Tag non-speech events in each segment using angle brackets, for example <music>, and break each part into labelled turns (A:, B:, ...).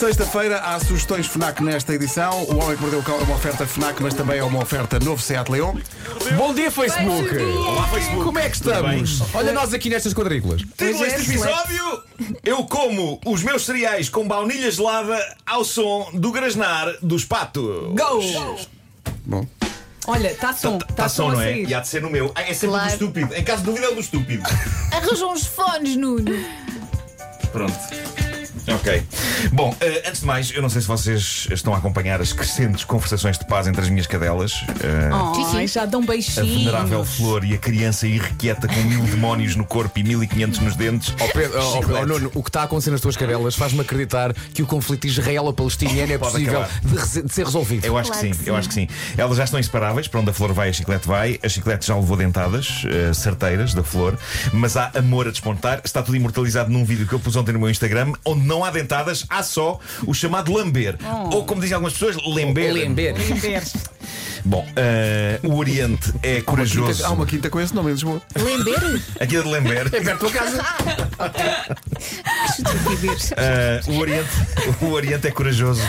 A: Sexta-feira há sugestões FNAC nesta edição. O Homem que Mordeu o Cão é uma oferta FNAC, mas também é uma oferta novo Seat Leon.
B: Bom dia, Facebook!
C: Olá, Facebook.
B: Como é que estamos? Olha nós aqui nestas quadrículas.
C: Título
D: Pois é,
C: deste episódio: Eu como os meus cereais com baunilha gelada ao som do grasnar dos patos.
D: Go!
A: Bom,
D: Olha, está som, está
C: Tá
D: som
C: só,
D: assim. a
C: não é? E
D: sair.
C: há de ser no meu. Ah, É sempre
E: Claro.
C: do estúpido. Em caso de dúvida, é o do estúpido. <laughs>
E: Arranja uns fones, Nuno.
C: Pronto. Ok. Bom, eh, antes de mais, eu não sei se vocês estão a acompanhar as crescentes conversações de paz entre as minhas cadelas. Eh,
D: Ai,
E: Sim, sim.
D: já dão
C: A venerável
D: beijinhos.
C: flor e a criança irrequieta com mil demónios no corpo e 1500 nos dentes.
B: Ó Pedro, ó, ó,
C: Chiclete.
B: Nuno, o que está a acontecer nas tuas cabelas faz-me acreditar que o conflito israelo-palestiniano é
C: Pode
B: possível
C: acabar.
B: de, rese- de ser resolvido.
C: Eu acho
E: Claro
C: que sim,
E: que sim.
C: eu acho que sim. Elas já estão inseparáveis, para onde a flor vai, a chiclete vai. A chiclete já levou dentadas, eh, certeiras da flor, mas há amor a despontar. Está tudo imortalizado num vídeo que eu pus ontem no meu Instagram, onde não há dentadas, há só o chamado lamber. Ou como dizem algumas pessoas, lember.
B: Lember.
C: Bom, eh, o Oriente é corajoso.
A: quinta- há uma quinta com esse nome em Lisboa.
C: <laughs>
E: Lember?
C: Aqui é de
A: <laughs>
C: lember.
B: Perto da tua casa.
C: Ah, o, Oriente, o Oriente é corajoso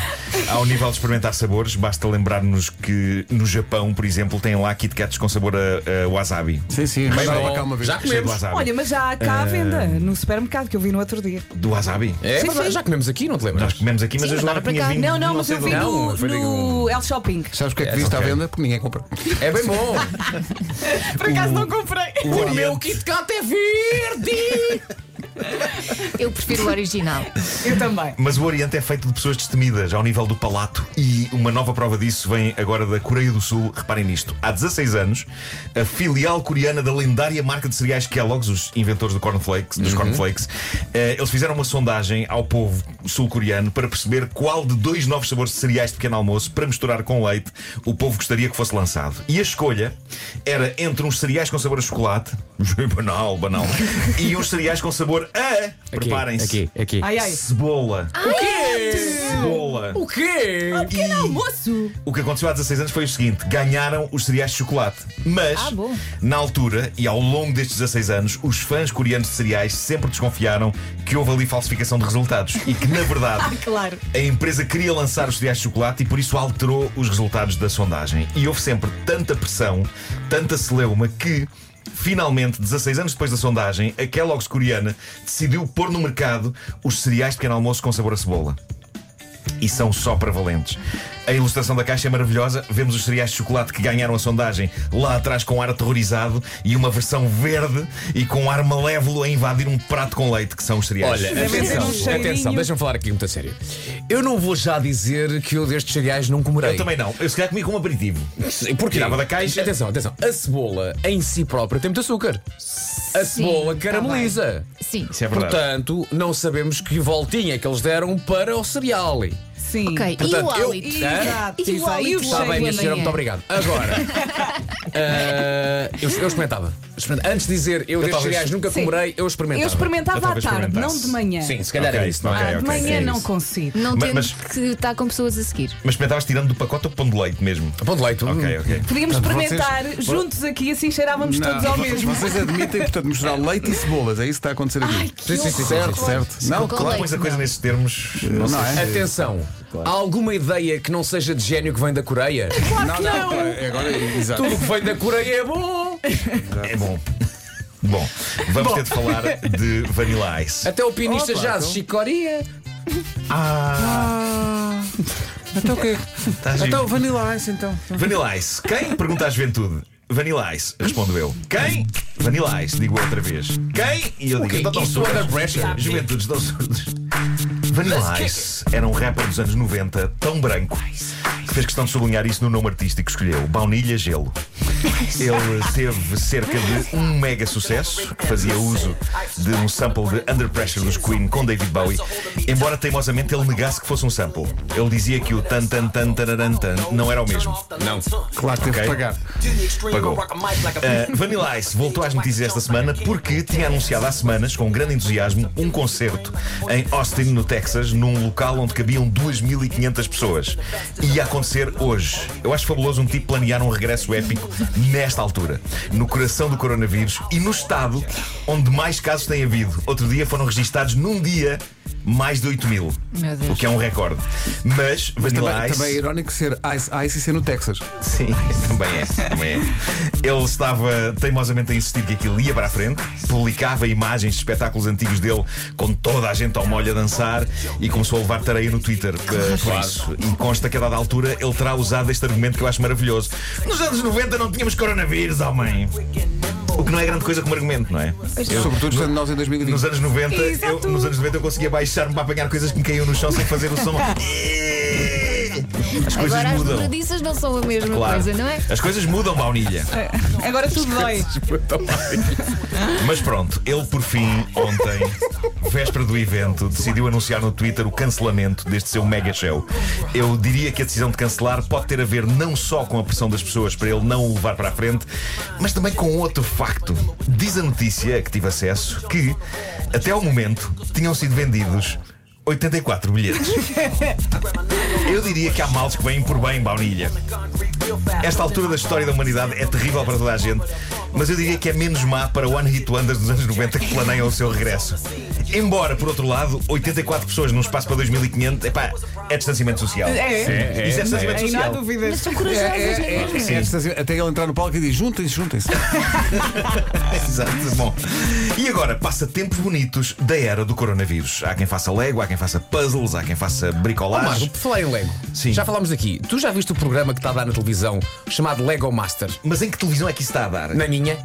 C: ao nível de experimentar sabores. Basta lembrar-nos que no Japão, por exemplo, tem lá Kit Kats com sabor a, a wasabi.
A: Sim, sim, mas
C: bom.
A: cá uma vez.
B: Já
C: Cheio de
B: comemos.
C: wasabi.
D: Olha, mas já há
A: É.
D: cá à venda no supermercado que eu vi no outro dia.
C: Do wasabi?
B: É,
D: Sim,
B: verdade,
D: sim.
B: já comemos aqui, não te lembras?
C: Nós comemos aqui, mas
E: Sim,
C: a Joana
E: mandaram para
C: tinha
E: cá.
C: vindo.
D: Não, não,
C: de
D: mas eu
C: sei
D: vi
C: de onde.
D: no,
B: Não, foi
D: no El Shopping.
A: Sabes o que é que viste à
C: ok.
A: venda? Porque ninguém compra.
B: É bem bom.
D: Por acaso não comprei.
C: O
B: <laughs> o meu
C: Oriente,
B: Kit Kat é verde.
E: Eu prefiro o original.
C: <laughs>
D: Eu também.
C: mas o Oriente é feito de pessoas destemidas ao nível do palato. E uma nova prova disso vem agora da Coreia do Sul. Reparem nisto. Há 16 anos, a filial coreana da lendária marca de cereais Kellogg's, os inventores do cornflakes, dos
B: Uhum.
C: cornflakes, eh, eles fizeram uma sondagem ao povo sul-coreano para perceber qual de dois novos sabores de cereais de pequeno almoço para misturar com leite o povo gostaria que fosse lançado. E a escolha era entre uns cereais com sabor a chocolate, <laughs> banal, banal, e uns cereais com sabor a.
B: Aqui,
C: Preparem-se.
B: Aqui, aqui.
D: Ai, ai.
C: Cebola.
B: O quê?
C: Cebola.
B: O quê?
D: Oh, Pequeno almoço.
C: O que aconteceu há 16 anos foi o seguinte: ganharam os cereais de chocolate. Mas,
E: Ah, bom.
C: na altura e ao longo destes 16 anos, os fãs coreanos de cereais sempre desconfiaram que houve ali falsificação de resultados e que, na
E: <laughs> Ah,
C: verdade,
D: Claro.
C: a empresa queria lançar os cereais de chocolate e por isso alterou os resultados da sondagem. E houve sempre tanta pressão, tanta celeuma que. Finalmente, 16 anos depois da sondagem, a Kellogg's coreana decidiu pôr no mercado os cereais de pequeno almoço com sabor a cebola. E são só para valentes. A ilustração da caixa é maravilhosa. Vemos os cereais de chocolate que ganharam a sondagem lá atrás com um ar aterrorizado e uma versão verde e com um ar malévolo a invadir um prato com leite, que são os cereais. assim,
B: Olha,
D: Deve ter
B: atenção,
D: um cheirinho.
B: atenção, deixa-me falar aqui muito a sério. Eu não vou já dizer que eu destes cereais não comerei.
C: Eu também não. Eu se calhar comi como aperitivo.
B: Porquê?
C: Tirava da caixa.
B: Atenção, atenção. A cebola em si própria tem muito açúcar. A cebola
E: tá
B: carameliza.
E: Sim.
C: Isso é verdade.
B: Portanto, não sabemos que voltinha que eles deram para o cereal.
C: um
D: Sim.
E: Ok. e o
B: Portanto, eu-
E: hálito?
D: Exato.
E: E o
D: Isa, E o
E: hálito?
B: Está bem,
D: cheiro.
B: minha senhora,
E: amanhã.
B: muito obrigado.
C: <laughs>
B: Agora, ah, eu, eu experimentava. Experimenta- Antes de dizer eu, destes
C: talvez-
B: cereais nunca
D: Sim.
B: comerei, eu experimentava.
D: Eu experimentava à
C: Eu talvez
D: tarde, não
C: experimentasse.
D: de manhã.
B: Sim, se calhar
C: Ok,
B: era isso, não é?
C: ok,
D: Ah, de
C: ok.
D: manhã
C: Sim.
D: não consigo.
E: Não
C: Ma-
E: tendo
C: mas-
E: que estar com pessoas a seguir.
C: Mas experimentavas tirando do pacote o pão de leite mesmo.
B: Pão de leite. hum.
C: Ok, ok.
D: Podíamos
A: Portanto,
D: experimentar juntos aqui, assim cheirávamos todos ao
A: <laughs>
D: mesmo.
A: Vocês admitem, portanto, misturar leite e cebolas. É isso que está a acontecer aqui.
B: Sim, sim, sim,
A: certo,
B: sim.
A: certo. Não,
E: Com
A: claro.
E: leite.
C: Pões a coisa nesses termos.
A: Não,
C: sei
A: é?
B: Atenção, há alguma ideia que não seja de gênio que vem da Coreia?
A: Não, não, claro, agora, exato.
B: Tudo que vem da Coreia é bom!
C: É bom. Bom, vamos ter de falar <laughs> de Vanilla Ice.
B: Até o pianista
A: Opa,
B: já
A: então.
B: se chicoria.
A: Então o quê?
C: Tá giro.
A: Então, Vanilla Ice, então.
C: Vanilla Ice. Quem? Pergunta à juventude. Vanilla Ice, respondo eu. Quem? Vanilla Ice, digo outra vez. Quem? E eu digo,
B: quê?
C: "Então estão
B: Isso é
C: surdos."
B: under pressure.
C: Juventudes, estão surdos. Vanilla Ice era um rapper dos anos 90, tão branco, que fez questão de sublinhar isso no nome artístico que escolheu: Baunilha Gelo. Ele teve cerca de um mega sucesso, que fazia uso de um sample de Under Pressure dos Queen com David Bowie, embora teimosamente ele negasse que fosse um sample. Ele dizia que o tan tan tan tararan, tan não era o mesmo. Não.
A: Claro que teve
C: Ok.
A: que pagar.
C: Pagou. Uh, Vanilla Ice voltou às notícias esta semana porque tinha anunciado há semanas, com grande entusiasmo, um concerto em Austin, no Texas, num local onde cabiam 2.500 pessoas. E ia acontecer hoje. Eu acho fabuloso um tipo planear um regresso épico nesta altura, no coração do coronavírus e no estado onde mais casos tem havido. Outro dia foram registados num dia mais de 8 mil.
E: Meu Deus.
C: O que é um recorde. Mas,
A: Mas
C: Vanilla
A: também,
C: Ice.
A: também é irónico ser Ice Ice e ser no Texas.
C: Sim, <laughs> também é, também é. Ele estava teimosamente a insistir que aquilo ia para a frente, publicava imagens de espetáculos antigos dele com toda a gente ao molho a dançar e começou a levar tareia no Twitter eh, por isso. E consta que a dada altura ele terá usado este argumento que eu acho maravilhoso. Nos anos 90 não tínhamos coronavírus, homem! O que não é grande coisa como argumento, não é?
A: Sobretudo estando nós em 2020.
C: Nos anos 90, eu,
D: Exato.
C: nos anos 90 eu conseguia baixar-me para apanhar coisas que me caíam no chão sem fazer o
E: <laughs>
C: som. As coisas
E: Agora as
C: mudam.
E: dobradiças não são a mesma coisa, não é?
C: As coisas mudam, baunilha.
D: Agora tudo dói.
B: Então,
C: Mas pronto, ele por fim, ontem, véspera do evento, decidiu anunciar no Twitter o cancelamento deste seu mega show. Eu diria que a decisão de cancelar pode ter a ver não só com a pressão das pessoas para ele não o levar para a frente, mas também com outro facto. Diz a notícia a que tive acesso que, até ao momento, tinham sido vendidos 84 bilhetes. Eu diria que há males que vêm por bem, baunilha. Esta altura da história da humanidade é terrível para toda a gente, mas eu diria que é menos má para One Hit Wonders dos anos 90 que planeiam o seu regresso. Embora, por outro lado, 84 pessoas num espaço para 2500, epá, é distanciamento social.
D: É, é.
B: É,
C: Isso é
B: é,
C: distanciamento
D: Aí não há
C: social.
D: dúvidas.
E: Mas são
A: É,
E: corajosas,
A: é,
E: não
A: é,
E: é?
A: é, esta- até ele entrar no palco e diz: juntem-se, juntem-se.
C: <laughs> Exato, bom. E agora, passatempos bonitos da era do coronavírus. Há quem faça Lego, há quem faça puzzles, há quem faça
B: Ó,
C: bricolagem.
B: Oh, Marco, por falar em Lego,
C: Sim.
B: já falámos aqui. Tu já viste o programa que está a dar na televisão chamado Lego Master?
C: mas em que televisão é que isso está a dar?
B: Na minha?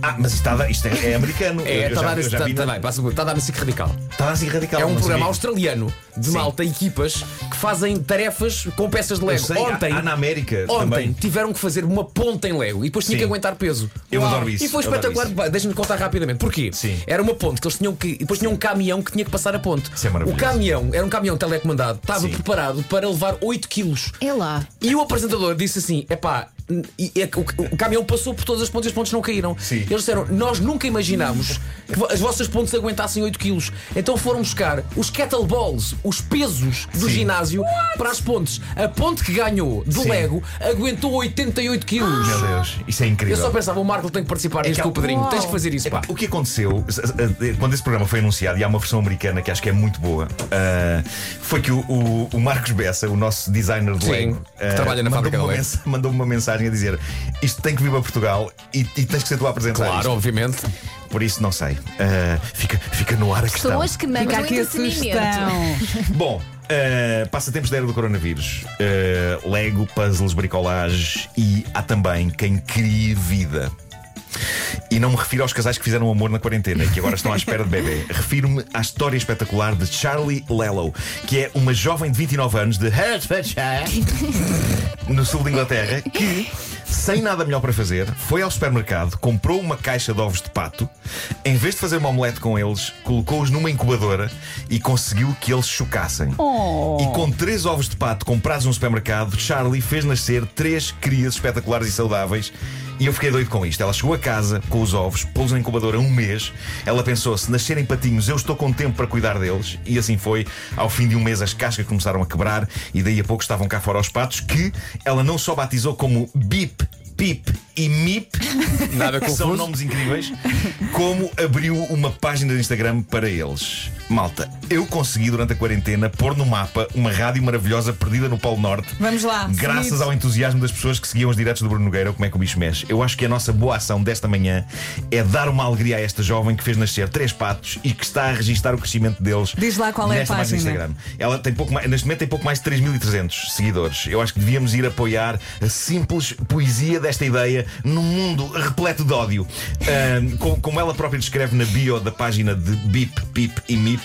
C: Ah, mas isto, está a dar- isto é, é americano. Eu-
B: É,
C: eu
B: está a
C: já-
B: dar
C: eu
B: esse-
C: já
B: tá-
C: vi
B: tá
C: na-
B: bem, passa por- está a dar na SIC Radical.
C: Está assim radical.
B: É um
C: não
B: programa
C: sabia.
B: australiano de
C: Sim.
B: malta, equipas, que fazem tarefas com peças de
C: Eu
B: Lego.
C: sei, há-
B: ontem,
C: há na América
B: ontem
C: também.
B: tiveram que fazer uma ponte em Lego e depois tinha
C: Sim.
B: que aguentar peso.
C: Eu
B: Uau.
C: adoro isso,
B: E foi
C: adoro
B: espetacular.
C: isso.
B: Pá, Deixa-me contar rapidamente. Porquê?
C: Sim.
B: Era uma ponte que eles tinham que. E depois tinha um caminhão que tinha que passar a ponte.
C: Isso é
B: o
C: maravilhoso.
B: caminhão era um caminhão telecomandado, estava
C: Sim.
B: preparado para levar 8 quilos.
E: É lá.
B: E o apresentador disse assim: epá, n- e- e- o, o caminhão passou por todas as pontes e as pontes não caíram.
C: Sim.
B: Eles disseram: nós nunca imaginámos que vo- as vossas pontes aguentassem 8 quilos. Então foram buscar os kettleballs, os pesos do ginásio, para as pontes. A ponte que ganhou do
C: Sim.
B: Lego aguentou 88 quilos.
C: Meu Deus, isso é incrível.
B: Eu só pensava: o Marco tem É que participar disto
C: que
B: com
C: há-
B: o Pedrinho.
E: Uau.
B: Tens que fazer isso, pá.
C: assim, O que aconteceu, s- s- eh, quando esse programa foi anunciado, e há uma versão americana que acho que é muito boa, ah, foi que o, o- o Marcos Bessa, o nosso designer de
B: Sim,
C: Lego, eh,
B: que trabalha na
C: mandou-me
B: fábrica
C: uma,
B: da Lego.
C: mensa- mandou-me uma mensagem a dizer: Isto tem que vir para Portugal e, e tens que ser tu a apresentar. isto."
B: obviamente.
C: Por isso, não sei. Ah, fica, fica no ar a questão.
E: Pessoas que mandam
D: Fica aqui a
E: entretenimento.
C: <laughs>
D: sugestão.
C: Bom, uh, passatempos da era do coronavírus. Uh, Lego, puzzles, bricolage e há também quem crie vida. E não me refiro aos casais que fizeram amor na quarentena e que agora estão à espera de bebê. Refiro-me à história espetacular de Charlie Lello, que é uma jovem de 29 anos de Hertfordshire, no sul da Inglaterra, que, sem nada melhor para fazer, foi ao supermercado, comprou uma caixa de ovos de pato, em vez de fazer uma omelete com eles, colocou-os numa incubadora e conseguiu que eles chocassem. E com três ovos de pato comprados num supermercado, Charlie fez nascer três crias espetaculares e saudáveis. E eu fiquei doido com isto. Ela chegou a casa com os ovos, pôs na incubadora um mês. Ela pensou: se nascerem patinhos, eu estou com tempo para cuidar deles. E assim foi. Ao fim de um mês, as cascas começaram a quebrar e daí a pouco estavam cá fora os patos que ela não só batizou como Bip, Pip e Mip.
B: Nada
C: Que São nomes incríveis. Como abriu uma página de Instagram para eles. Malta, eu consegui durante a quarentena pôr no mapa uma rádio maravilhosa perdida no Polo Norte.
D: Vamos lá,
C: Graças
D: seguidos.
C: ao entusiasmo das pessoas que seguiam os diretos do Bruno Nogueira, ou como é que o bicho mexe. Eu acho que a nossa boa ação desta manhã é dar uma alegria a esta jovem que fez nascer três patos e que está a registrar o crescimento deles.
D: Diz lá qual é a
C: nesta página do
D: página.
C: Instagram. Ela tem pouco mais, neste momento tem pouco mais de 3.300 seguidores. Eu acho que devíamos ir apoiar a simples poesia desta ideia num mundo repleto de ódio. <laughs> Ahm, com- como, ela própria descreve na bio da página de Bip, Pip e Mip,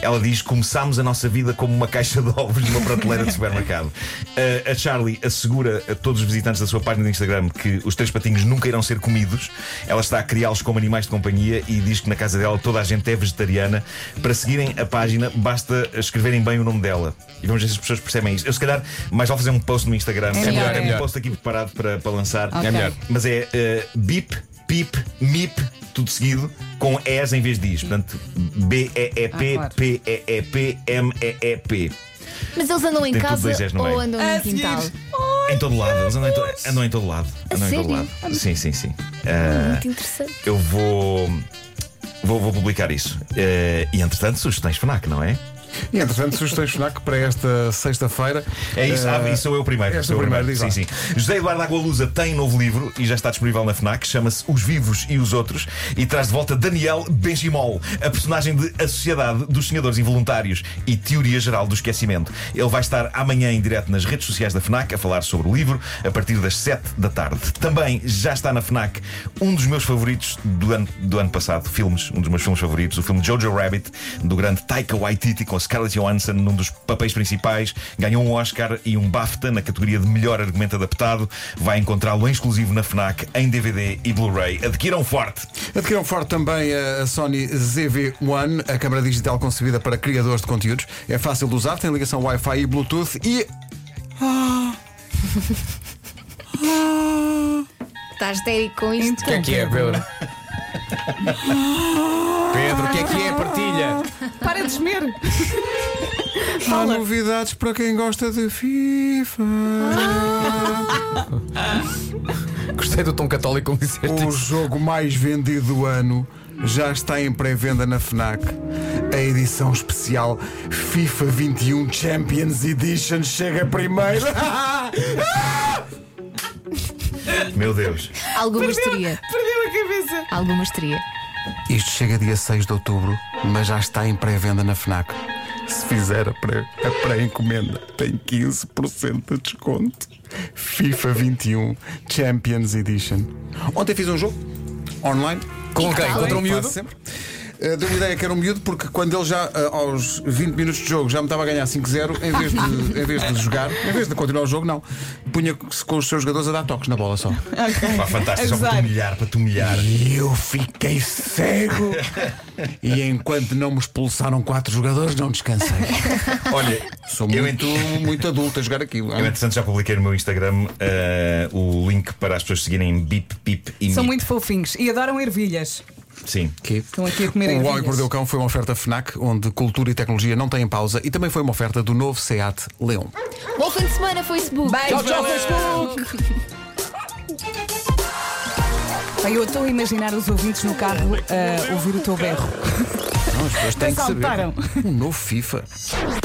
C: ela diz: Começámos a nossa vida como uma caixa de ovos numa prateleira de supermercado. Ah, a Charlie assegura a todos os visitantes da sua página de Instagram que os três patinhos nunca irão ser comidos. Ela está a criá-los como animais de companhia e diz que na casa dela toda a gente é vegetariana. Para seguirem a página, basta escreverem bem o nome dela. E vamos ver se as pessoas percebem isto. Eu, se calhar, mais vale fazer um post no Instagram.
D: É melhor,
C: Tenho
D: é
C: um
B: melhor.
C: post aqui preparado para, para lançar.
D: Ok. melhor.
C: Mas é eh, bip, pip, mip, tudo seguido, com ES em vez de is. Portanto, B-E-E-P,
D: Ah, claro.
C: P-E-E-P, M-E-E-P.
E: Mas eles andam em
C: Tem tudo
E: casa
C: dois Gs no meio.
E: ou andam
D: A
E: no quintal?
D: seguir.
C: Em todo lado, eles andam em, to- andam em todo lado.
E: A
C: Andam em todo
E: sério?
C: lado. Sim, sim, sim. Ah,
E: Muito interessante.
C: eu vou, vou. vou publicar isso. Eh, e entretanto, sugestões FNAC, não é?
A: E entretanto, sugestões FNAC para esta sexta-feira.
C: É isso, ah,
A: Eh,
C: e sou eu primeiro.
A: és
C: sou
A: o
C: eu
A: primeiro, diz
C: Sim, sim. José Eduardo Agualusa tem novo livro e já está disponível na FNAC, chama-se Os Vivos e os Outros, e traz de volta Daniel Benjimol, a personagem de A Sociedade dos Sonhadores Involuntários e Teoria Geral do Esquecimento. Ele vai estar amanhã em direto nas redes sociais da FNAC a falar sobre o livro a partir das 7 da tarde. Também já está na FNAC um dos meus favoritos do ano, do ano passado, filmes, um dos meus filmes favoritos, o filme Jojo Rabbit, do grande Taika Waititi com Scarlett Johansson num dos papéis principais, ganhou um Oscar e um BAFTA na categoria de melhor argumento adaptado. Vai encontrá-lo em exclusivo na FNAC, em DVD e Blu-ray. Adquiram forte!
A: Adquiriram forte também a Sony ZV-1, a câmara digital concebida para criadores de conteúdos. É fácil de usar, tem ligação Wi-Fi e Bluetooth e
E: Está histérico com isto.
B: O que é que é, Pedro? Pedro, o que é que é? Partilha!
D: Para de gemer.
A: há
D: Fala.
A: novidades para quem gosta de FIFA.
B: Gostei do tom católico como disseste.
A: O jogo mais vendido do ano já está em pré-venda na FNAC. A edição especial FIFA 21 Champions Edition chega primeiro. <laughs>
C: Meu Deus!
E: Alguma
D: Perdeu,
E: histeria.
D: perdeu a cabeça.
E: Alguma histeria.
A: Isto chega dia 6 de outubro, mas já está em pré-venda na FNAC. Se fizer a pré- a pré-encomenda, tem 15% de desconto. FIFA 21 Champions Edition. Ontem fiz um jogo online.
B: Com quem? Contra um miúdo?
A: Faço sempre. Eh, Deu-me ideia que era um miúdo porque quando ele já eh, aos 20 minutos de jogo já me estava a ganhar 5-0, em, vez de- <laughs> em vez de jogar, em vez de continuar o jogo, não. Punha-se com os seus jogadores a dar toques na bola só.
C: Pá, fantástico, só para te
D: Exato.
C: humilhar, para te humilhar.
A: E eu fiquei cego. e enquanto não me expulsaram quatro jogadores, não descansei.
C: Olha,
A: Sou
C: eu
A: muito,
C: entro.
A: muito adulto a jogar aquilo.
C: Eu, entretanto, já publiquei no meu Instagram eh, o link para as pessoas seguirem Bip, Pip e
D: São
C: Mip.
D: muito fofinhos e adoram ervilhas.
C: Sim.
D: Estão aqui a comer
A: O
D: ervilhas.
A: Homem que Mordeu o Cão foi uma oferta FNAC, onde cultura e tecnologia não têm pausa, e também foi uma oferta do novo SEAT Leon.
E: Bom fim de semana, Facebook.
D: Beijo,
B: Tchau, tchau,
D: Facebook. Bem, eu estou a imaginar os ouvintes no carro a ouvir o teu berro.
A: Não, as pessoas têm que saber.
D: Saltaram.
A: Um novo FIFA.